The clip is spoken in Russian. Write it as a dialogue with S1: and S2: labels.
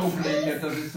S1: рублей это засыпать.